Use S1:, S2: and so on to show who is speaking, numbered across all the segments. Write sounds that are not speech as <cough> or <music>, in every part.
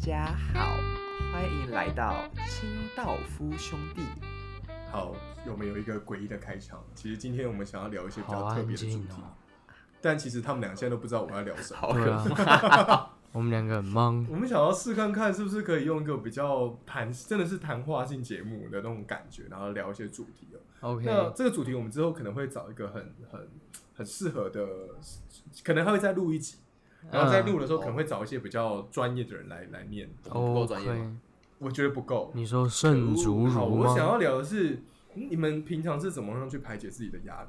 S1: 家好，欢迎来到清道夫兄弟。
S2: 好，有没有一个诡异的开场？其实今天我们想要聊一些比
S3: 好
S2: 较特
S3: 安
S2: 别的主
S3: 静
S2: 题，
S3: 哦，
S2: 但其实他们俩现在都不知道我们要聊什么。
S1: 好可怕！
S3: 怕。啊我们两个很懵，
S2: 我们想要试看看是不是可以用一个比较谈，真的是谈话性节目的那种感觉，然后聊一些主题哦。
S3: OK，
S2: 那这个主题我们之后可能会找一个很很很适合的，可能还会再录一集，
S3: 嗯
S2: 然后在录的时候可能会找一些比较专业的人来来念。
S1: 我们不够专业
S3: OK，
S1: 吗
S2: 我觉得不够。
S3: 哦你说圣竹
S2: 好，
S3: 如
S2: 我想
S3: 吗？
S2: 要聊的是，嗯你们平常是怎么样去排解自己的压力？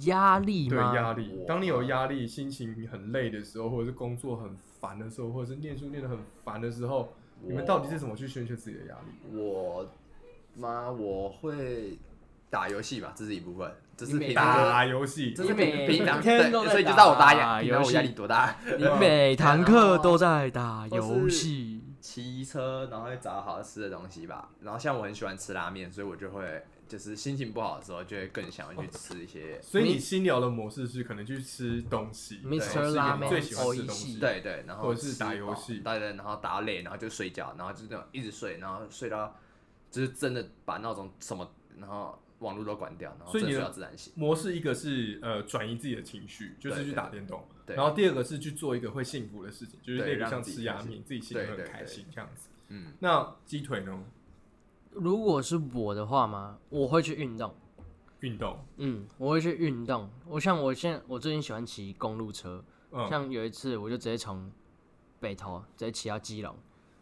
S3: 压力
S2: 对
S3: 吗？
S2: 压力
S1: 哇，
S2: 当你有压力、心情很累的时候，或者是工作很烦的时候，或者是念书念得很烦的时候，你们到底是怎么去宣泄自己的压力？
S1: 我妈，我会打游戏吧，这是一部分，这
S3: 你
S1: 是
S3: 每
S1: 平常，
S2: 打游戏
S1: 这是
S3: 你
S1: 平
S3: 每
S1: 平常，
S3: 天
S1: 对，
S3: 都在
S1: 所以就知道我打压，
S3: 打啊
S1: 平常
S3: 游
S1: 我
S3: 戏
S1: 压力多大。
S3: 你每堂课都在打
S1: 然后
S3: 游戏，
S1: 骑车，然后会找好吃的东西吧。然后像我很喜欢吃拉面，所以我就会就是心情不好的时候，就会更想要去吃一
S3: <laughs>
S1: 些。
S2: 所以
S3: 你
S2: 你新聊的模式是可能去吃东西
S3: Mr.
S2: 吃一个
S3: Ramen
S2: 最喜欢吃的东
S3: 哦一系
S2: 西，
S1: 对对，然后
S2: 或者是打
S1: 吃饱
S2: 游戏
S1: 对对，然后打累，然后就睡觉，然后就那种一直睡，然后睡到就是真的把闹钟什么，然后网络都关掉，然后
S2: 所以
S1: 真
S2: 你
S1: 的
S2: 的
S1: 睡到自然醒。
S2: 模式一个是呃转移自己的情绪，就是去打电动，
S1: 对对对
S2: 然后第二个是去做一个会幸福的事情，就是
S1: 对
S2: 例如像
S1: 让自己
S2: 吃拉
S1: 开
S2: 面，自己心里
S1: 对
S2: 会
S1: 对
S2: 很
S1: 对
S2: 开心这样子。
S1: 嗯，
S2: 那鸡腿呢？
S3: 如果是我的话嘛，我会去运动。
S2: 运动，
S3: 嗯，我会去运动。我像我现在，我最近喜欢骑公路车，
S2: 嗯
S3: 像有一次我就直接从北投直接骑到基隆，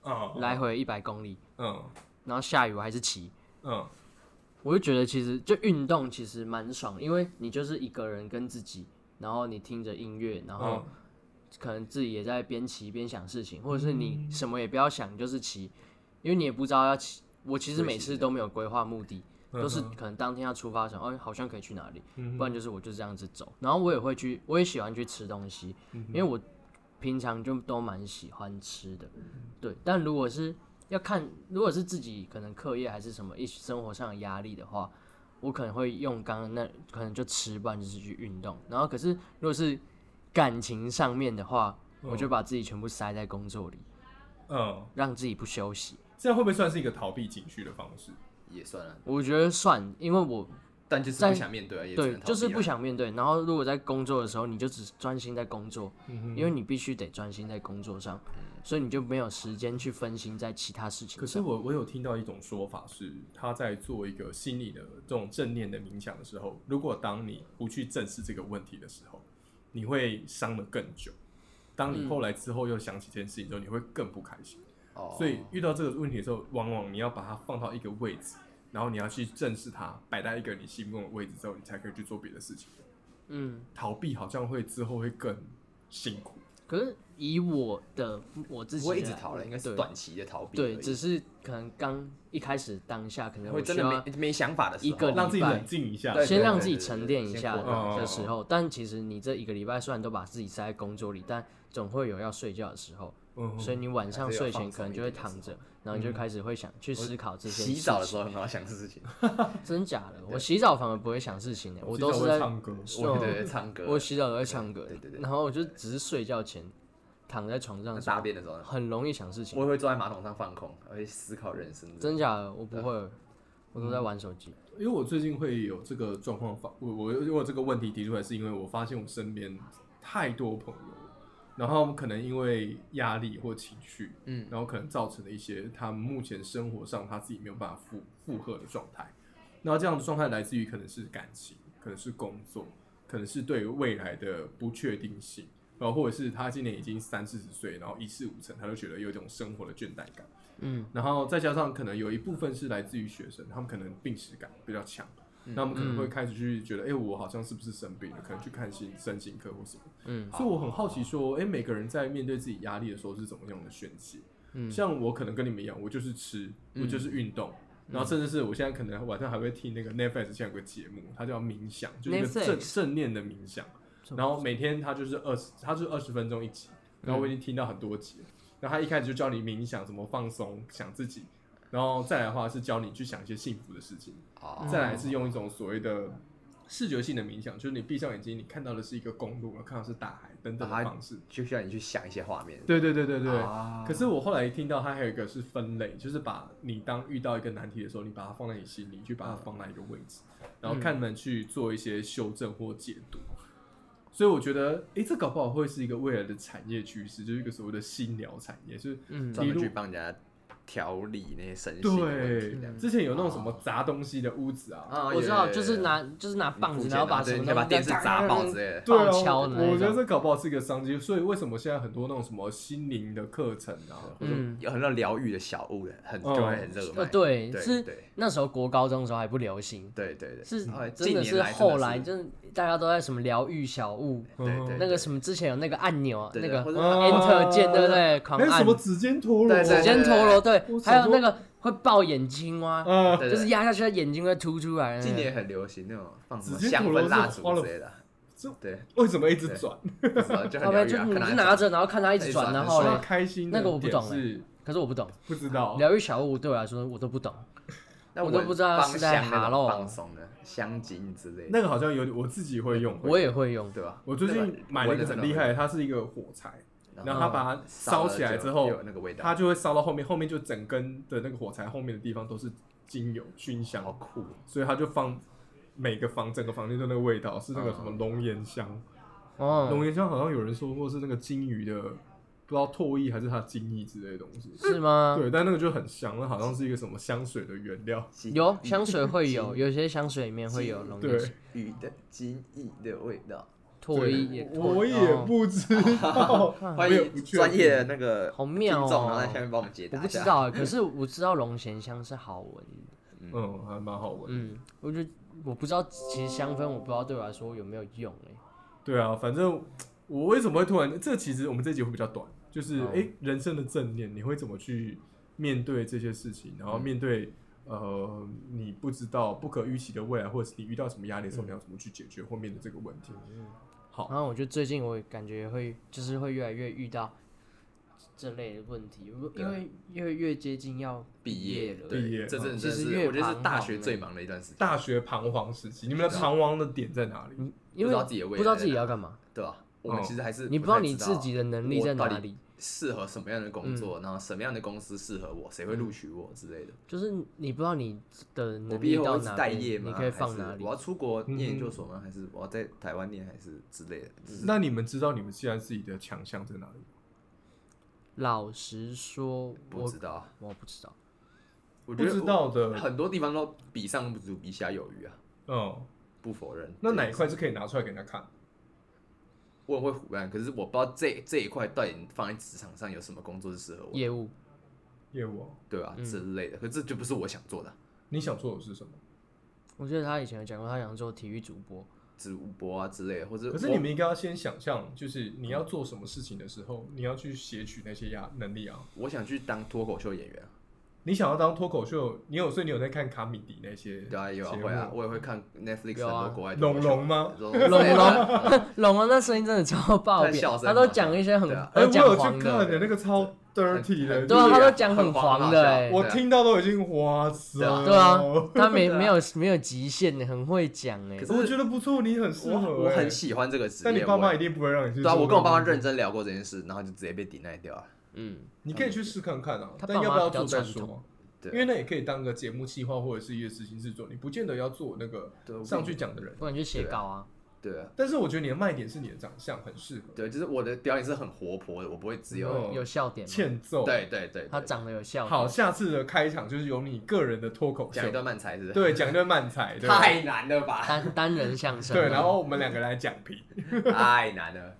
S2: 嗯
S3: 来回一百公里，
S2: 嗯
S3: 然后下雨我还是骑。
S2: 嗯，
S3: 我就觉得其实就运动其实蛮爽，因为你就是一个人跟自己，然后你听着音乐，然
S2: 嗯
S3: 后可能自己也在边骑边想事情，或者是
S2: 嗯
S3: 你什么也不要想，你就是骑，因为你也不知道要骑。我其实每次都没有规划目的，
S2: 嗯
S3: 都是可能当天要出发想，哦，好像可以去哪里，
S2: 嗯
S3: 不然就是我就这样子走。然后我也会去，我也喜欢去吃东西，
S2: 嗯
S3: 因为我平常就都蛮喜欢吃的，对。但如果是要看，如果是自己可能课业还是什么一些生活上的压力的话，我可能会用刚刚那可能就吃，不然就是去运动。然后可是如果是感情上面的话，我
S1: 嗯
S3: 就把自己全部塞在工作里，
S2: 嗯，
S3: 让自己不休息。
S2: 这样会不会算是一个逃避情绪的方式？
S1: 也算了，
S3: 我觉得算，因为我
S1: 但就是
S3: 在
S1: 不想面对啊，也只
S3: 对
S1: 能逃
S3: 就是
S1: 避啊
S3: 不想面对。然后如果在工作的时候，你就只专心在工作，
S2: 嗯
S3: 因
S1: 嗯
S3: 为你必须得专心在工作上，所以你就没有时间去分心在其他事情
S2: 可是
S3: 上。
S2: 我我有听到一种说法是，他在做一个心理的这种正念的冥想的时候，如果当你不去正视这个问题的时候，你会伤得更久。当
S3: 嗯
S2: 你后来之后又想起这件事情之后，你会更不开心。
S1: 哦，
S2: 所以遇到这个问题的时候，往往你要把它放到一个位置，然后你要去正视它，摆在一个你心目中的位置之后，你才可以去做别的事情。
S3: 嗯，
S2: 逃避好像会之后会更辛苦。
S3: 可是以我的我自己
S1: 不会一直
S3: 来
S1: 逃了，应该是
S3: 对
S1: 短期的逃避而已。
S3: 对，只是可能刚一开始当下可能
S1: 会
S3: 我
S1: 真
S3: 需
S1: 的
S3: 要
S1: 没没想法的时候，
S3: 一个
S2: 让自己
S3: 礼拜
S2: 冷静一下，
S1: 对
S3: 先让
S1: 对
S3: 自己
S1: 对
S3: 沉
S1: 对
S3: 淀一
S1: 先
S3: 下
S1: 过哦
S2: 脑
S3: 的
S2: 嗯
S3: 时候，但其实你这一个礼拜虽然都把自己塞在工作里，但总会有要睡觉的时候，
S2: 嗯哼
S3: 所以你晚上
S1: 还是有
S3: 睡
S1: 放
S3: 前可
S1: 松
S3: 能
S1: 一
S3: 就
S1: 点
S3: 会
S1: 的时
S3: 躺
S1: 候
S3: 着，然后你就开始会想去思考这些。
S1: 洗澡的时候很好想的事情，
S3: 候， <laughs> 真假的？我洗澡反而不会想事情的，我
S2: 洗澡
S3: 都是
S2: 会
S3: 在
S2: 唱歌
S1: 我
S3: 哦
S1: 对对唱歌，
S3: 我洗澡都在唱歌，
S1: 对对对
S3: 然后我就只是睡觉前躺在床上的时候
S1: 大便的时候，
S3: 很容易想事情
S1: 我。也会坐在马桶上放空，我会思考人生。
S3: 真假的？我不会，我都在玩手机。
S2: 因为我最近会有这个状况发，我我我有这个问题提出来，是因为我发现我身边太多朋友了，然后他们可能因为压力或情绪，
S1: 嗯，
S2: 然后可能造成了一些他们目前生活上他自己没有办法负负荷的状态，然后这样的状态来自于可能是感情，可能是工作，可能是对未来的不确定性，然后或者是他今年已经三四十岁，然后一事无成，他就觉得有一种生活的倦怠感。
S3: 嗯，
S2: 然后再加上可能有一部分是来自于学生，他们可能病耻感比较强，
S3: 嗯
S2: 那他们可能会开始去觉得，哎、我好像是不是生病了？可能去看心身心科或什么。
S3: 嗯，
S2: 所以我很好奇说，哎、每个人在面对自己压力的时候是怎么样的宣泄？
S3: 嗯
S2: 像我可能跟你们一样，我就是吃，我就是运动。然后甚至是我现在可能晚上还会听那个 Netflix 现在有个节目，它叫冥想，就是一个
S3: Netflix
S2: 正正念的冥想。然后每天它就是二十，它就是二十分钟一集。然后我已经听到很多集了。然后他一开始就教你冥想，怎么放松，想自己。然后再来的话是教你去想一些幸福的事情，
S1: 哦，
S2: 再来是用一种所谓的视觉性的冥想，就是你闭上眼睛，你看到的是一个公路，然后看到是大海等等的
S1: 啊
S2: 方式。
S1: 就需要你去想一些画面。
S2: 对对对对对。
S1: 啊
S2: 可是我后来听到它还有一个是分类，就是把你当遇到一个难题的时候，你把它放在你心里，去把它放在一个位置，
S3: 嗯
S2: 然后看能不能去做一些修正或解读。所以我觉得，诶，这搞不好会是一个未来的产业趋势，就是一个所谓的新疗产业，就是
S3: 嗯，
S1: 专
S2: 你
S1: 门
S2: 如
S1: 去帮人家调理那些身啊心的问题
S2: 对
S1: 这样。，
S2: 之前有那种什么砸东西的屋子啊，
S1: 啊
S3: 我知道，
S1: 有有有
S3: 就是
S1: 有
S3: 拿就是拿棒子，
S1: 附件啊
S3: 然后把什
S1: 对
S3: 么
S1: 你
S3: 东
S1: 把
S3: 西
S1: 电视
S3: 这样
S1: 砸爆之类的。
S2: 对啊，
S3: 放敲的那
S2: 我我觉得
S3: 种
S2: 这搞不好是一个商机，所以为什么现在很多那种什么心灵的课程啊，或者
S3: 嗯，
S1: 有很多疗愈的小物的，很就
S2: 哦
S1: 会很热
S3: 呃，
S1: 卖。
S3: 对，
S1: 对
S3: 是
S1: 对
S3: 那时候国高中的时候还不流行，
S1: 对对对，
S3: 是
S1: 哎
S3: 真的
S1: 近
S3: 是
S1: 年来
S3: 后来
S1: 真的
S3: 就是大家都在什么疗愈小物，
S1: 对对对
S3: 那个什么之前有那个按钮，
S1: 对
S3: 那
S1: 对
S3: 个
S1: 或者哦
S2: 啊
S3: Enter 键对不对？狂
S2: 还有什
S3: 按
S2: 么指尖啊陀螺，
S1: 对对
S3: 指尖陀螺对
S2: 我，
S3: 还
S2: 想
S3: 有
S2: 说
S3: 那个会爆眼睛啊，
S2: 啊，
S1: 哦对对
S3: 就是压下去它眼睛会凸出来的那个。
S1: 近年很流行那种放什么
S2: 直接
S1: 香
S2: 陀螺
S1: 氛
S2: 是
S1: 蜡烛
S2: 花了
S1: 之类的啊
S2: 这，
S1: 对，
S2: 为什么一直转？
S1: 不知道
S3: <laughs>
S1: 就
S3: 要不
S1: 很疗
S3: 然
S1: 愈
S3: 就
S1: 啊。
S3: 你
S1: 看
S3: 就
S1: 它
S3: 拿着，然后看它一直
S1: 一直
S3: 转，
S1: 转
S3: 然
S1: 很
S3: 后
S1: 爽
S3: 嘞，
S2: 开心的
S3: 那个我不懂
S2: 点是
S3: 可是我不懂
S2: 不知道，
S3: 疗愈小物对我来说我都不懂。
S1: 那
S3: 我都不知道
S1: 芳
S3: 是在
S1: 香那种
S3: 哈喽
S1: 放松的香精之类的，
S2: 那个好像有点，我自己会用。
S3: 我也会用，
S1: 对吧？
S2: 我最近买了一个很厉害的，它是一个火柴，
S1: 然
S2: 然后它把它烧起来之后
S1: 就，有那个味道，
S2: 它就会烧到后面，后面就整根的那个火柴后面的地方都是精油熏香
S1: 好，酷哦。
S2: 所以它就放每个房整个房间都那个味道，是那个
S1: 嗯
S2: 什么龙涎香。龙
S3: 哦，
S2: 涎香好像有人说过是那个金鱼的，不知道唾液还是它精液之类的东西。
S3: 是吗？
S2: 对，但那个就很香，那好像是一个什么香水的原料。
S1: 金
S3: 有香水会有，
S1: 金
S3: 有些香水里面会有龙
S2: 对
S3: 眼，
S1: 鱼的精益的味道。
S3: 唾
S2: 对
S3: 液也唾，
S2: 我也
S3: 哦
S2: 不 <laughs> 知道， <laughs>
S1: 欢
S2: 我也
S1: 迎
S2: 不确定
S1: 专业的那个
S3: 啊好妙哦
S1: 听众，然后在下面帮我们解
S3: 我
S1: 答
S3: 不
S1: 一
S3: 知
S1: 下。
S3: 道欸，可是我知道龙涎香是好闻的。
S2: 嗯，还蛮好闻。
S3: 嗯，我觉得我不知道，其实香氛我不知道对我来说有没有用哎、
S2: 对啊，反正我为什么会突然？这其实我们这集会比较短，就是
S3: 好
S2: 诶，人生的正念，你会怎么去面对这些事情？然后面对、呃，你不知道不可预期的未来，或者是你遇到什么压力的时候，你要怎么去解决或面对这个问题？好，
S3: 然后我觉得最近我也感觉会就是会越来越遇到这类的问题，因为
S1: 对
S3: 因为越越接近要
S1: 毕业
S3: 业了，
S1: 对
S2: 毕业
S1: 这真的
S3: 其实
S1: 是
S3: 越
S1: 我觉得是
S3: 彷
S1: 大
S3: 徨
S1: 学
S3: 欸
S1: 最忙的一段时间，
S2: 大学彷徨时期，你们的彷徨的点在哪里？
S3: 因
S1: 不
S3: 为
S1: 知道自己的未来
S3: 不知道自己
S1: 在哪
S3: 要干嘛，
S1: 对吧？我
S2: 哦
S1: 们其实还是
S3: 你不知道
S1: 太
S3: 你自己的能力在哪
S1: 我到
S3: 里，
S1: 适合什么样的工
S3: 嗯
S1: 作，然后什么样的公司适合我，谁会录取我之类的。
S3: 就是你不知道嗯你的
S1: 我
S3: 能
S1: 毕
S3: 力
S1: 业后
S3: 到
S1: 会是
S3: 哪
S1: 待业
S3: 边，
S1: 吗？
S3: 你可以
S1: 还
S3: 放
S1: 是
S3: 哪里嗯
S1: 我。要出国念研究所吗？还是我要在台湾念，还是之类的？
S2: 那你们知道你们现在自己的强项在哪里？
S3: 老实说，
S1: 不
S3: 我
S1: 知道，
S3: 我不知道，
S1: 我
S2: 不
S1: 觉得
S2: 知道
S1: 我
S2: 的，
S1: 很多地方都比上不足，比下有余啊，
S2: 嗯，
S1: 不否认。
S2: 那哪一块是可以拿出来给人家看？
S1: 我也会胡乱，可是我不知道这这一块到底放在职场上有什么工作是适合我，
S3: 业务
S2: 业务哦、
S1: 对
S3: 嗯
S1: 吧、之类的，可这就不是我想做的。
S2: 你想做的是什么？
S3: 我记得他以前有讲过，他想做体育主播，
S1: 直播啊之类的，或者
S2: 可是
S1: 我嗯
S2: 你们应该要先想象，就是你要做什么事情的时候，你要去撷取那些压能力啊。
S1: 我想去当脱口秀演员啊，
S2: 你想要当脱口秀，你有所以你有在看卡米迪那些
S1: 对啊，有啊
S2: 节目
S1: 会啊，我也会看 Netflix
S3: 有啊
S1: 很多国外
S2: 龙龙吗？ <laughs>
S1: 龙
S3: 龙
S1: <laughs>
S3: 龙龙那声音真的超爆
S1: 太小
S3: 表，
S1: 声
S3: 他都
S1: 了
S3: 讲一些很
S1: 对啊
S2: 哎、
S3: 都
S2: 我
S3: 讲
S2: 有
S3: 黄
S2: 去看的
S3: 的，
S2: 那个超 dirty 的，
S3: 对啊
S2: 就是
S3: 他都讲很
S1: 很
S3: 黄
S1: 黄
S3: 的
S1: 啊
S3: 欸
S2: 我听到都已经哇塞，哦
S1: 对啊
S3: 对啊，他没
S1: <laughs> 对啊
S3: 没有没有极限，很会讲哎
S1: 可。是
S2: 我觉得不错，你很适合、
S1: 我我很
S2: 欸
S1: 喜欢这个职业，
S2: 但你爸妈
S1: 我
S2: 一定不会让你去。
S1: 对啊，我跟我爸妈，认真聊过这件事，然后就直接被抵赖掉啊了。
S3: 嗯，
S2: 你可以去试看看啊，
S3: 他
S2: 但
S3: 爸
S2: 要
S3: 妈
S2: 不要
S3: 比较
S2: 做再
S3: 传
S2: 说
S3: 统。
S1: 对
S2: 因为那也可以当个节目企划或者是一些执行制作，你不见得要做那个
S1: 对我
S2: 上去讲的人。
S3: 不然就写
S1: 对啊
S3: 稿啊。
S1: 对啊，
S2: 但是我觉得你的卖点是你的长相很适合，
S1: 对，就是我的表演是很活泼的，我不会只有、
S2: 嗯
S3: 有笑点吗？
S2: 欠揍。，
S1: 对对对，对
S3: 他长得有笑点。
S2: 好，下次的开场就是由你个人的脱口秀
S1: 讲一，段慢才是不是，
S2: 对，讲一段慢才，对，
S1: 太难了吧，
S3: 单单人相声。
S2: 对，然后我们两个来讲评，
S1: 太难了。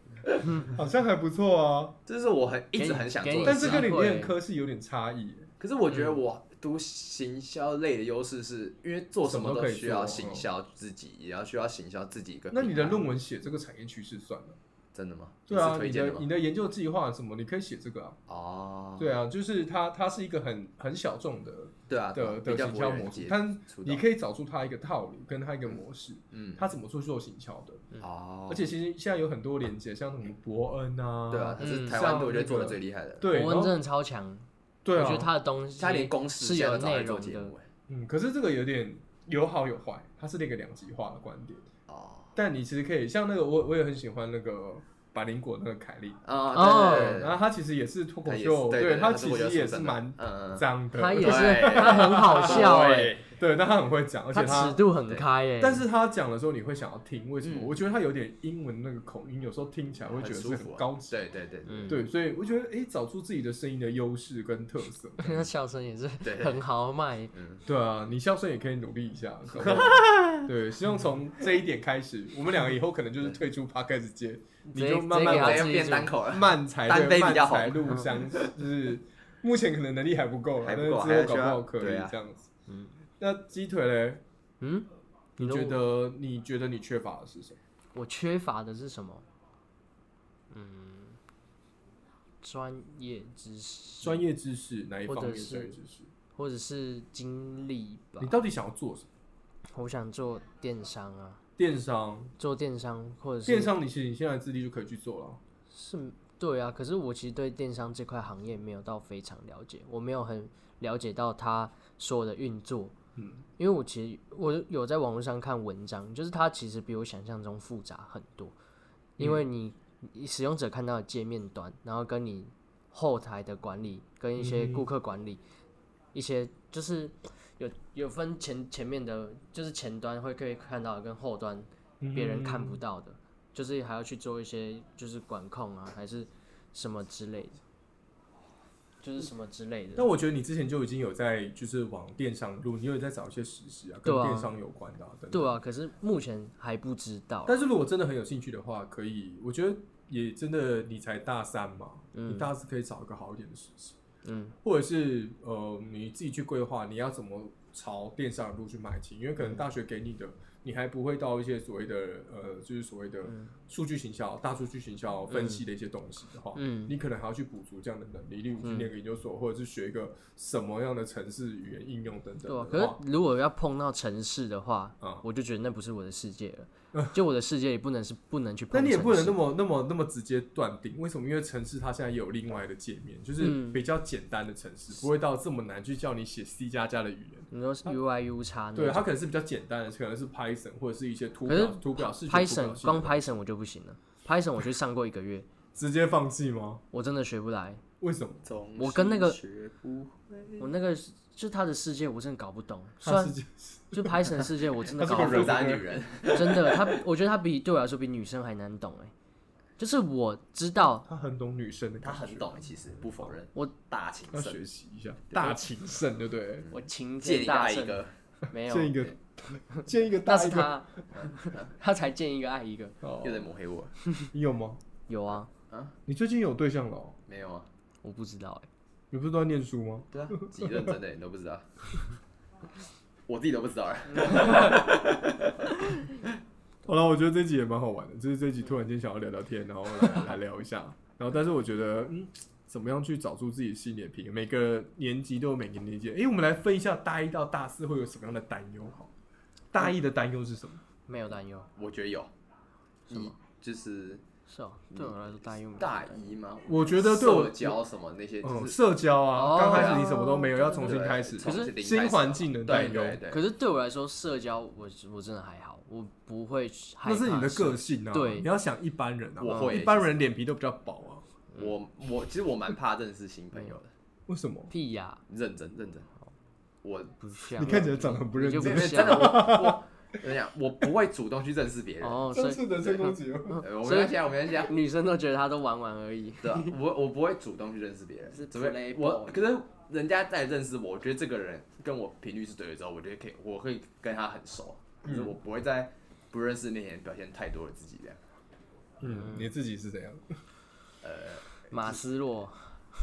S2: 好像还不错
S1: <laughs>
S2: 啊，
S1: 这是我很一
S3: 给
S1: 直
S3: 你
S1: 很想
S3: 给
S1: 做的
S2: 但
S1: 事
S2: 是
S1: 啊，
S2: 跟你练科是有点差异耶。
S1: 可是啊我觉
S2: 嗯
S1: 得我读行销类的优势是因为做什
S2: 什么
S1: 么
S2: 都
S1: 都
S2: 可以
S1: 需要
S2: 做
S1: 行销自己，也要需要行销自己一个品牌。
S2: 那你的论文写这个产业趋势算了，
S1: 真的吗？
S2: 对
S1: 啊你
S2: 啊
S1: 是，推
S2: 你
S1: 荐
S2: 的
S1: 的吗
S2: 你？的研究计划什么，你可以写这个啊，
S1: 哦，
S2: 对啊，就是它它是一个很很小众的
S1: 对啊，
S2: 的
S1: 比
S2: 的
S1: 较
S2: 行
S1: 不
S2: 销
S1: 会有人
S2: 模式
S1: 接，
S2: 但
S1: 触到
S2: 你可以找出它一个套路跟它一个模式，
S1: 嗯，
S2: 它怎么去做行销的，
S1: 哦，
S2: 而且其实现在有很多连接，像什么伯恩啊，
S1: 对啊，他是
S3: 嗯
S1: 台湾
S2: 像
S1: 的我觉
S2: 那
S1: 得做的
S2: 个
S1: 最厉害的，
S2: 对，然
S3: 伯恩
S2: 后
S3: 真的超强，
S2: 对啊，
S3: 我觉得他的东西
S1: 他连公司
S3: 是
S1: 现在
S3: 有
S1: 都找
S3: 内
S1: 来做
S3: 容
S1: 节
S3: 的
S1: 目，哎
S2: 嗯，可是这个有点有好有坏，它是那个两极化的观点。
S1: 哦
S2: 但你其实可以像那个我我也很喜欢那个百灵果那个凯莉，
S1: 啊，对对
S2: 然后她其实也是脱口
S1: 对对，
S2: 秀，
S1: 对
S2: 她
S1: 他
S2: 其实也是蛮
S1: 嗯，嗯
S2: 脏的，
S3: 他也是，
S1: 对
S3: 他很好笑哎、
S1: 对
S2: <laughs> 对，但她很会讲，而且
S3: 他
S2: 她
S3: 尺度很开哎、
S2: 但是他讲的时候，你会想要听，为什么？
S1: 嗯
S2: 我觉得他有点英文那个口音，有时候听起来会觉得
S1: 很
S2: 是
S1: 舒服
S2: 很
S1: 啊
S2: 高级。
S1: 对对对
S3: 嗯，
S2: 对，所以我觉得，哎，找出自己的声音的优势跟特
S3: <laughs>
S2: 色。
S3: 那笑声也是
S1: 对
S3: 很豪迈，
S1: 嗯，
S2: 对啊，你笑声也可以努力一下。搞不好对，希望从这一点开始，我们两个以后可能就是退出 podcast 界，你
S3: 直接
S2: 就慢
S3: 直接给他
S1: 我
S2: 慢
S1: 要
S3: 自己
S1: 变
S3: 煮
S1: 单口了，
S2: 慢才
S1: 单
S2: 对
S1: 飞
S2: 慢
S1: 比较好
S2: 才路相，就是目前可能能力还不够啦，啊
S1: 还
S2: 但
S1: 不
S2: 是之后搞
S1: 够
S2: 不
S1: 还需
S2: 好
S1: 要
S2: 可
S1: 对
S2: 以
S1: 啊
S2: 这样子。
S3: 嗯
S2: 那鸡腿嘞？
S3: 嗯，
S2: 你
S3: 你
S2: 觉
S3: 觉得
S2: 得你觉得你缺乏的是什么？
S3: 我缺乏的是什么？嗯，专业知识，
S2: 专业知识哪一
S3: 或
S2: 方
S3: 者
S2: 面的专业
S3: 是
S2: 知识？
S3: 或者是经历吧
S2: 你。到底想要做什么？
S3: 我想做电商啊，
S2: 电商，
S3: 做电商或者是
S2: 电商你其实你现在的资历就可以去做了。
S3: 是对啊，可是我其实对电商这块行业没有到非常了解，我没有很了解到它所有的运作。
S2: 嗯，
S3: 因为我其实我有在网络上看文章，就是它其实比我想象中复杂很多，因
S2: 嗯
S3: 为你你使用者看到的界面端，然后跟你后台的管理跟一些
S2: 嗯哼
S3: 顾客管理，一些就是有有分前前面的，就是前端会可以看到的跟后端别人看
S2: 嗯
S3: 不到的，就是还要去做一些就是管控啊，还是什么之类的，就是什么之类的。
S2: 但我觉得你之前就已经有在就是往电商的路，你有在找一些实习啊，跟
S3: 对啊
S2: 电商有关的、啊等等。
S3: 对啊，可是目前还不知道。
S2: 但是如果真的很有兴趣的话，可以，我觉得也真的你才大三嘛，
S3: 嗯
S2: 你大四可以找一个好一点的实习，
S3: 嗯
S2: 或者是呃你自己去规划你要怎么朝电商的路去迈进，因为可
S3: 嗯
S2: 能大学给你的。你还不会到一些所谓的呃，就是所谓的
S3: 嗯
S2: 数据行销、大数据行销分析的一些东西的话，
S3: 嗯
S2: 你可能还要去补足这样的能力，例如去
S3: 嗯
S2: 念个研究所，或者是学一个什么样的城市语言应用等等
S3: 对啊，可
S2: 的话。
S3: 是如果要碰到城市的话，
S2: 啊
S3: 我就觉得那不是我的世界了。就我的世界里不能是不能去碰
S2: 但
S3: 城
S2: 你
S3: 市，
S2: 也不能嗯那么、那么、那么直接断定，为什么？因为城市它现在也有另外的界面，就是
S3: 嗯
S2: 比较简单的城市，不会到这么难去叫你写 C 加加的语言。
S3: 你说是 U I U 叉
S2: 对，它可能是比较简单的，可能是 Python 或者是一些图
S3: 啊可
S2: 表
S3: 是、
S2: 图表、视觉图表
S3: Python
S2: 系
S3: 光
S2: 统。
S3: Python 我就不行了，Python 我去上过一个月，
S2: 直接放弃吗？
S3: 我真的学不来。
S2: 为什么？
S1: 总
S3: 我跟那个
S1: 是学不会
S3: 我那个就是他的世界，我真的搞不懂。虽
S2: 它
S3: 然
S2: 是直接
S3: 就 Python 的世界，我真的
S2: 它是
S3: 搞不
S2: 个
S3: 懂。
S1: 复杂女人，
S3: <laughs> 真的，他我觉得他比对我来说比女生还难懂哎、就是我知道，
S2: 它很懂女生的
S1: 她
S3: 啊
S2: 感觉，
S1: 很懂，其实不否认，
S3: 我
S1: 大情
S2: 要
S1: 圣，
S2: 学习一下大情圣，对不对？
S3: 我情
S1: 借
S3: 天
S1: 你
S3: 大
S1: 爱一
S3: 圣
S1: 个，
S3: 没有，
S2: 建一个， <laughs> 建一个
S3: 那
S2: 大
S3: 是
S2: 一个。
S3: 他， <laughs> 他才见一个爱一个。
S2: 哦
S1: 又在抹黑我
S2: 你有吗？
S3: 有啊，
S1: 啊？
S2: 你最近有对象了哦、
S1: 没有啊？
S3: 我不知道哎、
S2: 你不是都在念书吗？
S1: 对啊，自己认真的你都不知道， <laughs> 我自己都不知道啊。
S2: 好了，我觉得这集也蛮好玩的，就是这集突然间想要聊聊天，然后 <laughs> 来来聊一下，然后但是我觉得，嗯，怎么样去找出自己心里的平衡？每个年级都有每个年级，诶，我们来分一下大一到大四会有什么样的担忧？好，大一的担忧是什么？
S3: 没有担忧，
S1: 我觉得有，
S3: 什么
S1: 你就是
S3: 是哦，对我来说大用
S1: 大一吗？
S2: 我觉得对我
S1: 社交什么那些
S2: 嗯，
S1: 就是
S2: 社交啊，
S3: 哦
S2: 刚开始你什么都没有，要重
S1: 对
S2: 新开始，
S1: 从
S3: 可是
S1: 零开始
S2: 新环境的
S1: 对
S2: 担忧，
S1: 对对，
S3: 可是对我来说，社交我我真的还好，我不会害怕
S2: 那
S3: 社。
S2: 是你的个性啊。
S3: 对
S2: 你要想一般人啊，
S1: 我会
S2: 一般人脸皮都比较薄啊。
S1: 我我其实我蛮怕认识新朋友的，
S2: 为什么？
S3: 屁呀、
S1: 认真认真，我
S3: 不像
S2: 你看起来长得很不认
S3: 你就
S2: 真
S3: 不
S1: 因为
S3: 像
S1: <laughs> 真的我我我跟你讲，我不会主动去认识别人。
S3: 哦，所
S2: <laughs> 这是
S3: 以
S2: 人身哦攻击吗？
S1: 呃我
S3: 所
S1: 们
S3: 以
S1: 要讲，我们要讲，
S3: 女生都觉得他都玩玩而已。
S1: <laughs> 对啊，我我不会主动去认识别
S3: 是
S1: 人，除非
S3: playboy
S1: 我可是人家在认识我，我觉得这个人跟我频率是对的之后，我觉得可以，我会跟他很熟，可
S2: 嗯
S1: 是我不会在不认识面前表现太多的自己这样。
S2: 嗯，你自己是怎样？
S3: 马斯洛，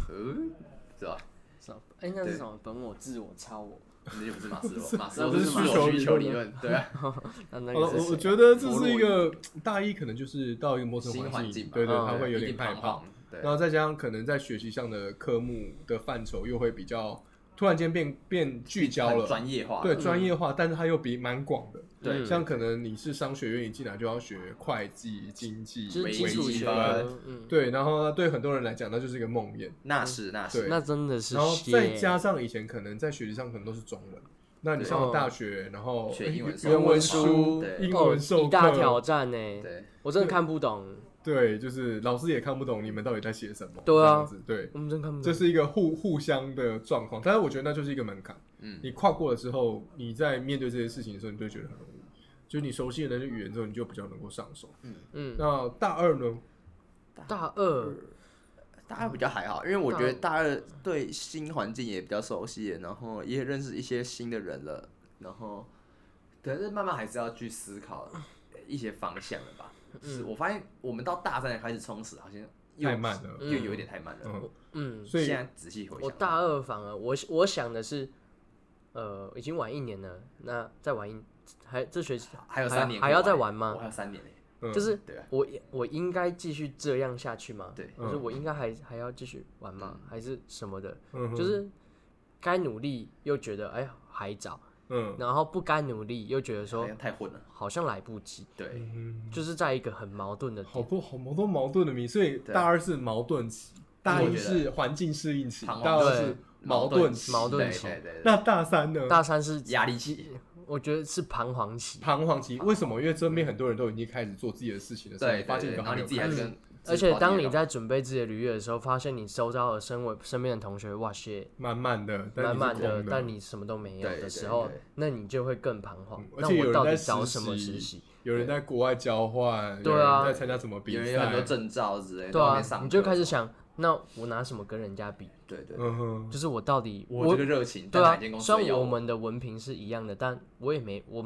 S1: 嗯，是吧？
S3: 是吧哎、那是
S1: 对
S3: 什么？本我、自我、超我。
S1: 那就不是马斯
S2: <laughs>
S1: 洛，马斯
S2: 我
S1: 洛
S2: 是
S1: 是马
S2: 需求
S1: 洛
S2: 理
S1: 需求
S2: 论
S1: 理论，对
S2: <laughs>
S1: 啊，
S3: 那那
S2: 好了，我
S3: 个
S2: 我
S3: 是谁？
S2: 觉得这是一个大一，可能就是到一个陌生
S1: 新
S2: 环
S1: 环境嘛
S2: 对对，
S3: 嗯
S2: 他会有
S1: 一
S2: 点
S1: 定
S2: 害
S1: 彷
S2: 怕
S1: 徨，。对
S2: 然，后再加上可能在学习上的科目的范畴又会比较突然间变变聚焦
S1: 很
S2: 了，
S1: 专业化，
S2: 对专业化，但是它又比蛮广的。
S1: 对
S3: 嗯
S2: 像可能你是商学院，一进来就要学会计、经济、
S3: 就是
S1: 微
S3: 基础
S1: 积
S3: 学
S1: 分
S3: 科，嗯，
S2: 对，然后呢对很多人来讲，那就是一个梦魇。
S1: 那是那是
S2: 对
S3: 那真的是哦
S2: 然后
S3: 谢
S2: 再加上以前可能在学习上可能都是中文，那你
S1: 对
S2: 上了大学，然后
S1: 学英文
S2: 原文
S1: 授课
S2: 书、
S1: 对
S2: 英
S3: 哦
S2: 文授
S3: 一大
S2: 课，
S3: 挑战呢、
S1: 对，
S3: 我真的看不懂，
S2: 对，就是老师也看不懂你们到底在写什么，
S3: 对
S2: 这
S3: 啊嗯
S2: 样子，对，
S3: 我们真看不懂。
S2: 这是一个互互相的状况，但是我觉得那就是一个门槛。
S1: 嗯，
S2: 你跨过了之后，你在面对这些事情的时候，你就会觉得很容易。就是你熟悉了那些语言之后，你就比较能够上手。
S3: 嗯，
S2: 那大二呢？
S3: 大二
S1: 大二比较还好，因为我觉得
S3: 大
S1: 大二对新环境也比较熟悉，然后也认识一些新的人了，然后可是慢慢还是要去思考一些方向了吧。
S3: 嗯
S1: 是我发现我们到大三才开始充实，好像又
S2: 太慢了
S1: 又有一点太慢了。
S2: 嗯，
S3: 嗯，
S2: 所以
S1: 现在仔细回
S3: 我
S1: 想，
S3: 大二反而我我想的是，呃，已经晚一年了，那再晚一还这学期
S1: 还有三年
S3: 还
S1: 可以
S3: 要再玩吗
S1: 我还有三年呢。
S2: 嗯
S3: 就是
S1: 对啊
S3: 我我应该继续这样下去吗？
S1: 对嗯
S3: 就是我应该还还要继续玩吗？还是什么的？
S2: 嗯哼
S3: 就是该努力又觉得哎呀还早，
S2: 嗯
S3: 然后不该努力又觉得
S1: 好
S3: 说
S1: 像太混了。
S3: 好像来不及，
S1: 对，
S2: 嗯，
S3: 就是在一个很矛盾的
S2: 好
S3: 点。
S2: 多好多矛盾的名，所以
S1: 对
S2: 大二是矛盾期，大
S1: 我
S2: 一
S1: 觉得
S2: 是环境适应期，
S1: 彷徨
S2: 大二
S3: 对
S2: 是矛盾期。
S3: 矛盾
S1: 对
S3: 期
S1: 对对对，
S2: 那大三呢？
S3: 大三是
S1: 压力期。
S3: 我觉得是彷徨期，
S2: 彷徨期。为什么？因为身边很多人都已经开始做自己的事情的时候，
S1: 对，
S2: 你发现
S1: 对
S2: 你
S1: 对
S2: 刚
S1: 然后
S2: 刚
S1: 你自己还是跟，
S3: 而且当你
S1: 自己搞定了
S3: 在准备自己的履历的时候，发现你周遭的身为身边的同学，哇塞，
S2: 慢慢的，但你
S3: 满
S2: 是
S3: 满的
S2: 空，
S3: 但你什么都没有
S1: 对
S3: 的
S1: 对
S3: 时候
S1: 对，
S3: 那你就会更彷徨
S2: 嗯。而
S3: 那
S2: 且有
S3: 我
S2: 人
S3: 到底
S2: 在
S3: 找
S2: 实
S3: 什么实
S2: 习
S3: 习？
S2: 有人在国外交换，
S3: 对
S2: 有人
S3: 啊
S2: 在参加什么比
S1: 有人有很多
S2: 赛，
S1: 证照之类的，
S3: 对
S1: 在外
S3: 啊
S1: 面上，
S3: 你就
S1: 课
S3: 开始想，那我拿什么跟人家比？
S1: 对对，
S2: 嗯哼，
S3: 就是我到底
S1: 我这个热情，
S3: 对
S1: 但哪
S3: 啊
S1: 间，公司
S3: 虽然
S1: 要
S3: 我们的文凭是一样的，但我也没我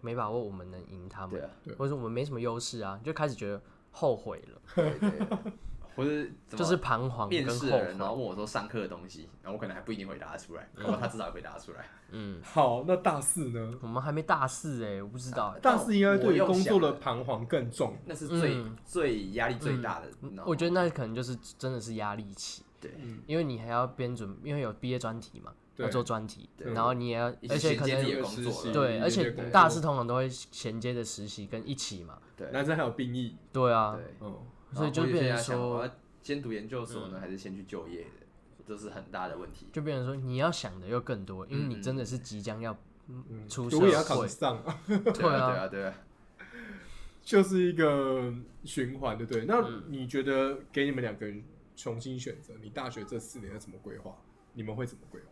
S3: 没把握我们能赢他
S1: 对
S3: 们
S1: 啊，
S2: 对
S3: 或者说我们没什么优势啊，就开始觉得后悔了，
S1: 对对对， <laughs> 或者
S3: 啊
S1: 怎么
S3: 就是彷徨跟
S1: 面
S3: 后
S1: 试的人，然后
S3: 悔。
S1: 问我说上课的东西，然后我可能还不一定回答得出来，然后他至少回答得出来。
S3: 嗯，
S2: 好，那大四呢？
S3: 我们还没大四哎、我不知道、
S2: 大四应该对于
S1: 哦我又
S2: 工
S1: 想
S2: 作的彷徨更重。
S1: 那是最、
S3: 嗯
S1: 最压力最大的。然后
S3: 我觉得那可能就是真的是压力期，
S1: 对
S3: 因为你还要编准，因为有毕业专题嘛，
S2: 嗯对
S3: 要做专题，
S1: 对
S3: 然后你也要，
S1: 一
S3: 而且
S1: 起衔
S3: 可
S1: 接自己
S3: 能
S1: 的工
S2: 实习
S1: 作了，
S3: 对，而且
S2: 嗯一些工作
S3: 大四通常都会衔接的实习跟一起嘛，
S1: 对
S2: 男生还有兵役，
S3: 对啊，
S1: 对，
S2: 嗯，
S3: 所以就
S1: 然后有些
S3: 变
S1: 人
S3: 成
S1: 想我
S3: 说，嗯
S1: 要先读研究所呢，还是先去就业的，这是很大的
S3: <laughs>
S1: 问题。
S3: 就变成说你要想的又更多，因为
S1: 嗯
S3: 你真的是即将要嗯出社
S2: 读也要考
S3: 会
S2: 得，上， <laughs>
S1: 对
S3: 啊
S1: 对啊，对啊。
S2: 就是一个循环，对不对？那
S1: 嗯
S2: 你觉得给你们两个人重新选择，你大学这四年要怎么规划？你们会怎么规划？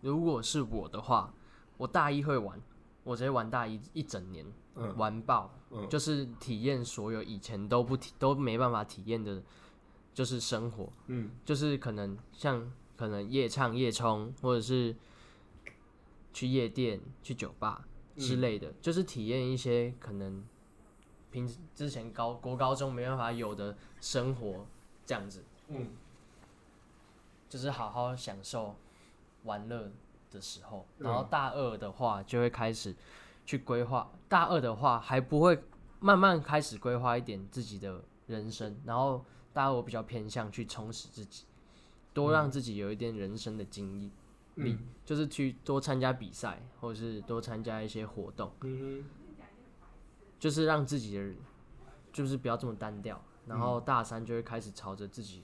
S3: 如果是我的话，我大一会玩，我直接玩大一一整年，
S2: 嗯
S3: 玩爆，
S2: 嗯
S3: 就是体验所有以前都不体都没办法体验的，就是生活，
S2: 嗯，
S3: 就是可能像可能夜唱夜冲，或者是去夜店、去酒吧
S2: 嗯
S3: 之类的，就是体验一些可能平时之前高国高中没办法有的生活，这样子，
S2: 嗯，
S3: 就是好好享受玩乐的时候。然后大二的话就会开始去规划，大二的话还不会慢慢开始规划一点自己的人生，然后大二我比较偏向去充实自己，多让自己有一点人生的经历，
S2: 嗯
S3: 就是去多参加比赛，或者是多参加一些活动，
S2: 嗯
S3: 就是让自己的就是不要这么单调。然后大三就会开始朝着自己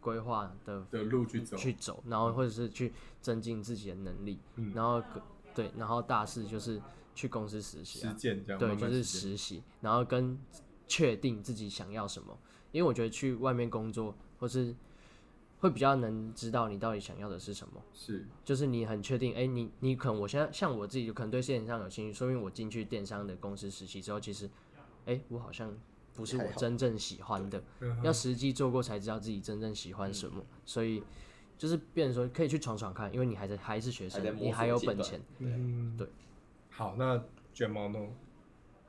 S3: 规划的
S2: 哼的路去走，
S3: 去啊走，然后或者是去增进自己的能力，然后可对，然后大四就是去公司实习、
S2: 实
S3: 啊，
S2: 践这样，
S3: 对，
S2: 慢
S3: 就
S2: 慢
S3: 是
S2: 实践
S3: 实习，然后跟确定自己想要什么，因为我觉得去外面工作或是会比较能知道你到底想要的是什么，
S2: 是
S3: 就是你很确定，哎，你你可能我现在像我自己，可能对电商有兴趣，说明我进去电商的公司实习之后，其实，哎，我好像不是我真正喜欢的，
S2: 嗯
S3: 要实际做过才知道自己真正喜欢什么，所以就是变成说可以去闯闯看，因为你还在还是学生
S1: 还在，摸
S3: 你还
S1: 索
S3: 有
S1: 阶
S3: 本
S1: 段
S3: 钱，
S1: 啊
S2: 嗯
S3: 对。
S2: 好，那卷毛呢？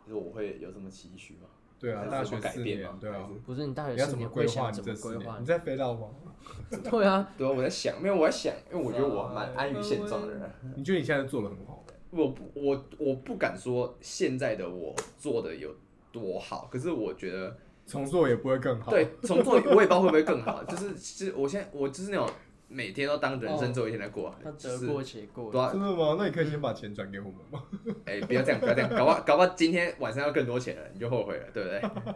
S1: 就是我会有什么期许吗？
S2: 对啊，
S1: 还是
S2: 大
S1: 什
S2: 学
S1: 么改
S2: 四
S1: 变
S2: 年
S1: 吗，
S2: 对
S1: 还
S2: 啊
S1: 是，
S3: 不是你大
S2: 你
S3: 学
S2: 要
S3: 四
S2: 怎
S3: 年
S2: 么
S3: 会
S2: 规划
S3: 想
S2: 你
S3: 怎
S2: 这
S3: 么
S2: 四
S3: 规划嗯
S2: 年？你？在飞到吗？
S3: <laughs>
S2: <laughs>
S3: 对啊，
S1: 对啊，我在想，没有，我在想，因为我觉得我蛮安于现状的人。
S2: 啊你觉得你现在做的很好？
S1: 我不，我我不敢说现在的我做的有多好，可是我觉得
S2: 重做也不会更好。
S1: 对，重做我也不知道会不会更好。 <laughs> 就是，是我现在我就是那种每天都当人生只有一天在过，
S3: 哦他
S1: 就
S3: 得
S1: 是
S3: 过且过
S1: 对，啊
S2: 真，的吗？那你可以先
S3: 嗯
S2: 把钱转给我们吗？
S1: 哎、不要这样，不要这样，搞不好搞不好今天晚上要更多钱了，你就后悔了，对不对？ <laughs>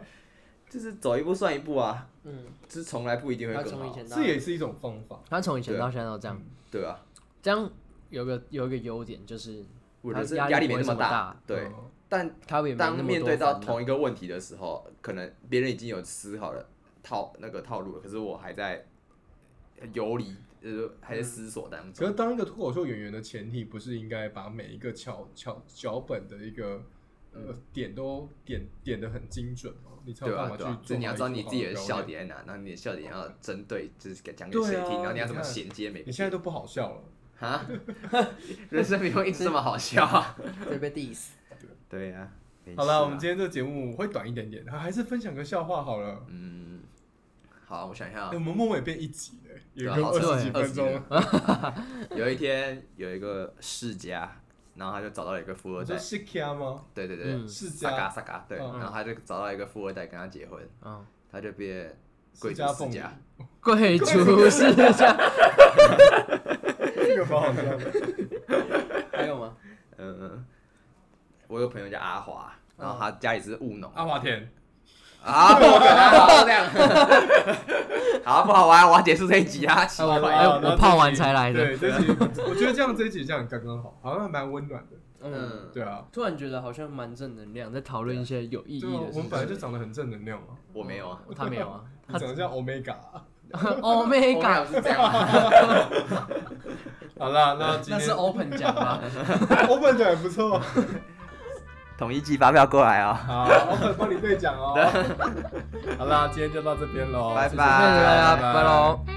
S1: 就是走一步算一步啊，
S3: 嗯，
S1: 就是从来不一定
S3: 他
S1: 会更
S3: 从以
S1: 好，
S3: 前到
S2: 这也是一种方法。
S3: 他从以前
S1: 对
S2: 嗯
S1: 啊
S3: 到现在都这样，
S1: 对吧、
S3: 这样有个有一个优点就是
S1: 我
S3: 他
S1: 觉得
S3: 压
S1: 压
S3: 力
S1: 力没
S3: 不会这
S1: 那么
S3: 么
S1: 大
S3: 大，
S1: 对
S2: 嗯。
S1: 但
S3: 他也没那
S1: 当
S3: 么
S1: 面
S3: 多
S1: 对到
S3: 烦恼
S1: 同一个问题的时候，可能别人已经有思考了套那个套路了，可是我还在游离，呃，还在思索当
S2: 可
S1: 中。
S2: 是当一个脱口秀演员的前提，不是应该把每一个脚脚脚本的一个呃点都点点的很精准吗？你才
S1: 嗯对
S2: 有
S1: 吧
S2: 办？法去
S1: 对
S2: 做
S1: 吧
S2: 好？一
S1: 就你要知道
S2: 出
S1: 你
S2: 好
S1: 自己的
S2: 表
S1: 笑
S2: 演。
S1: 点在哪，然后你的笑点要针对，就是给讲给谁
S2: 对啊
S1: 听，然后你要怎么
S2: 你看
S1: 衔接每
S2: 你现在都不好笑了，
S1: 啊？ <laughs> 人生没有一直这么好笑啊！
S3: 会被 diss。
S1: <laughs> 对呀、没
S2: 好
S1: 事啊啦
S2: 了，我们今天这个节目会短一点点，还是分享个笑话好了。
S1: 嗯，好，我想一下啊
S2: 欸我，们末尾变一集了， <laughs> 有
S1: 对啊
S2: 个
S1: 好
S2: 二十几
S3: 对
S2: 分钟。
S1: <laughs> 有一天有一个世家，然后他就找到了一个富二
S2: 我
S1: 代
S2: 说，是 Kia 吗？
S1: 对对对，
S3: 嗯
S2: 世
S1: 萨嘎
S2: 家，
S1: 萨嘎，对，
S2: 嗯
S1: 然后他就找到一个富二代跟他结婚，
S3: 嗯，
S1: 他就变贵
S2: 世
S1: 族
S2: 家
S1: 世
S2: 凤梨，
S1: 家，
S3: 贵族
S2: <laughs>
S3: 世家
S2: 这个蛮好笑的。
S3: 还有 <laughs> 吗？
S1: 嗯，我有个朋友叫阿华，然后他家里是务农，
S2: 阿华
S1: <laughs>
S2: 田，
S1: 啊，不可能啊这样，好不好玩？我要结束这一集啊，奇
S3: 哎
S1: 怪，
S2: 好那
S3: 我
S2: 这
S3: 泡完
S2: 集
S3: 才来的
S2: 对，这
S1: <laughs>
S2: 集我觉得这样这一集这样刚刚好，好像还蛮温暖的。
S3: 嗯，
S1: 嗯，
S2: 对啊，
S3: 突然觉得好像蛮正能量，在讨论一些有意义
S2: 对啊
S3: 的，
S2: 我
S3: 事
S2: 们本来
S3: 情。
S2: 就长得很正能量嘛。
S1: 我没有啊，
S3: 他没有啊，
S2: 你长得像 Omega 啊。
S3: <laughs> 哦
S1: 我
S3: Omega
S1: 没有是这样啊，
S2: <laughs> 好啦，那今
S3: 那是
S2: 天 <laughs>
S3: Open 讲吧？
S2: Open 讲也不错。
S1: 统一寄发票过来啊，
S2: 好，Open <laughs> 帮你兑奖哦。好啦，今天就到这边喽，
S1: 拜
S2: 谢谢
S1: 拜
S2: 大
S3: 谢谢大
S2: 家
S3: 啊家，拜喽。